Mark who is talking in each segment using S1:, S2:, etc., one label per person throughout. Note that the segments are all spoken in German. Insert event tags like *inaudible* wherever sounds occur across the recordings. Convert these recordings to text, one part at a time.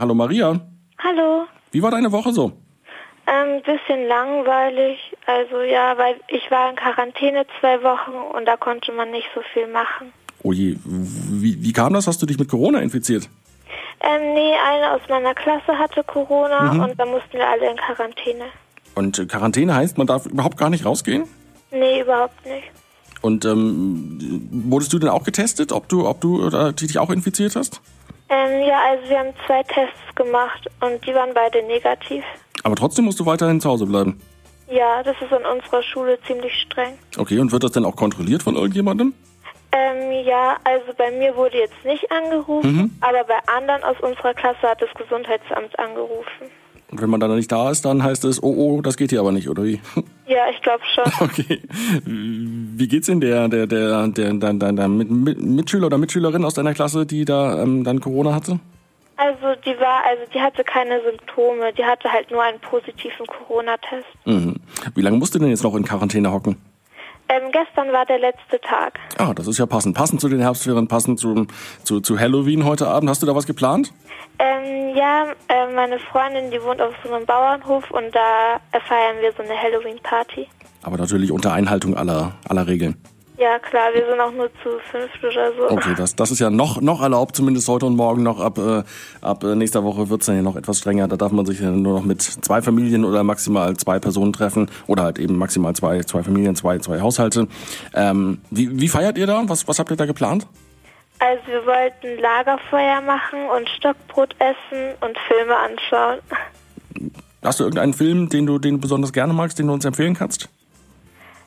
S1: Hallo Maria,
S2: Hallo.
S1: wie war deine Woche so?
S2: Ähm, bisschen langweilig. Also ja, weil ich war in Quarantäne zwei Wochen und da konnte man nicht so viel machen.
S1: Oh je, wie, wie kam das? Hast du dich mit Corona infiziert?
S2: Ähm, nee, einer aus meiner Klasse hatte Corona und da mussten wir alle in Quarantäne.
S1: Und äh, Quarantäne heißt, man darf überhaupt gar nicht rausgehen?
S2: Nee, überhaupt nicht.
S1: Und ähm, wurdest du denn auch getestet, ob du, ob du äh, die dich auch infiziert hast?
S2: Ähm, ja, also wir haben zwei Tests gemacht und die waren beide negativ.
S1: Aber trotzdem musst du weiterhin zu Hause bleiben.
S2: Ja, das ist in unserer Schule ziemlich streng.
S1: Okay, und wird das denn auch kontrolliert von irgendjemandem?
S2: Ähm, ja, also bei mir wurde jetzt nicht angerufen, aber bei anderen aus unserer Klasse hat das Gesundheitsamt angerufen.
S1: Und wenn man dann nicht da ist, dann heißt es, oh oh, das geht hier aber nicht, oder wie? *laughs*
S2: Ja, ich glaube schon.
S1: Okay. Wie geht's denn der, der, der, der, der, der, der Mit- Mit- Mitschüler oder Mitschülerin aus deiner Klasse, die da ähm, dann Corona hatte?
S2: Also die war, also die hatte keine Symptome, die hatte halt nur einen positiven Corona-Test.
S1: Mhm. Wie lange musst du denn jetzt noch in Quarantäne hocken?
S2: Ähm, gestern war der letzte Tag.
S1: Ah, das ist ja passend. Passend zu den Herbstferien, passend zum, zu, zu Halloween heute Abend. Hast du da was geplant?
S2: Ähm, ja, äh, meine Freundin, die wohnt auf so einem Bauernhof und da äh, feiern wir so eine Halloween-Party.
S1: Aber natürlich unter Einhaltung aller, aller Regeln.
S2: Ja klar, wir sind auch nur zu fünft oder so.
S1: Okay, das, das ist ja noch, noch erlaubt, zumindest heute und morgen noch. Ab, äh, ab äh, nächster Woche wird's dann ja noch etwas strenger. Da darf man sich ja nur noch mit zwei Familien oder maximal zwei Personen treffen. Oder halt eben maximal zwei, zwei Familien, zwei, zwei Haushalte. Ähm, wie, wie feiert ihr da? Was, was habt ihr da geplant?
S2: Also wir wollten Lagerfeuer machen und Stockbrot essen und Filme anschauen.
S1: Hast du irgendeinen Film, den du, den du besonders gerne magst, den du uns empfehlen kannst?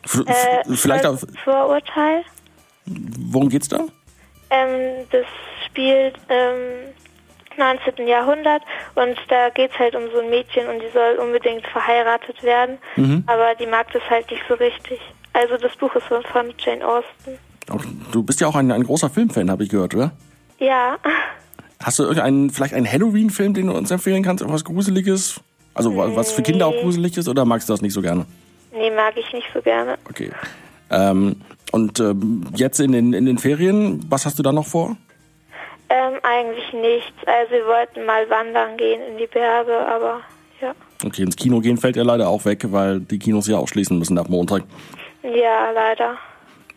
S1: F
S2: Äh,
S1: f- vielleicht, auch,
S2: das Vorurteil.
S1: worum geht's da?
S2: Ähm, das spielt ähm, im 19. Jahrhundert und da geht's halt um so ein Mädchen und die soll unbedingt verheiratet werden, aber die mag das halt nicht so richtig. Also das Buch ist von- von Jane Austen.
S1: Okay, Du bist ja auch ein, ein großer Filmfan, habe ich gehört, oder?
S2: Ja, *laughs*
S1: Hast du irgendeinen, vielleicht einen Halloween-Film, den du uns empfehlen kannst? Irgendwas Gruseliges? Also wa- was für Kinder auch gruselig ist oder magst du das nicht so gerne?
S2: nee, mag ich nicht so gerne.
S1: Okay. Ähm, und ähm, jetzt in den, in den Ferien, was hast du da noch vor?
S2: Ähm, eigentlich nichts. Also wir wollten mal wandern gehen in die Berge, aber ja.
S1: Okay, ins Kino gehen fällt ja leider auch weg, weil die Kinos ja auch schließen müssen ab Montag.
S2: Ja, leider.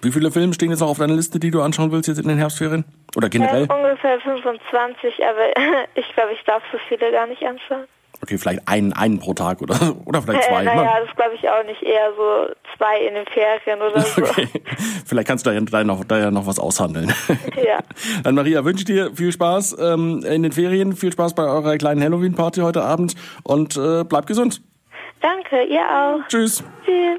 S1: Wie viele Filme stehen jetzt noch auf deiner Liste, die du anschauen willst jetzt in den Herbstferien? Oder generell?
S2: Ähm, ungefähr 25, aber *laughs* ich glaube, ich darf so viele gar nicht anschauen.
S1: Okay, vielleicht einen, einen pro Tag oder, *laughs* oder vielleicht
S2: Äh,
S1: zwei. ne?
S2: naja, das glaube ich auch nicht. Eher so zwei in den Ferien oder
S1: *laughs*
S2: so.
S1: Okay. Vielleicht kannst du da ja, da, noch, da ja noch was aushandeln.
S2: *laughs* Ja.
S1: Dann Maria, wünsche dir viel Spaß ähm, in den Ferien, viel Spaß bei eurer kleinen Halloween-Party heute Abend und äh, bleib gesund.
S2: Danke, ihr auch.
S1: Tschüss.
S2: Tschüss.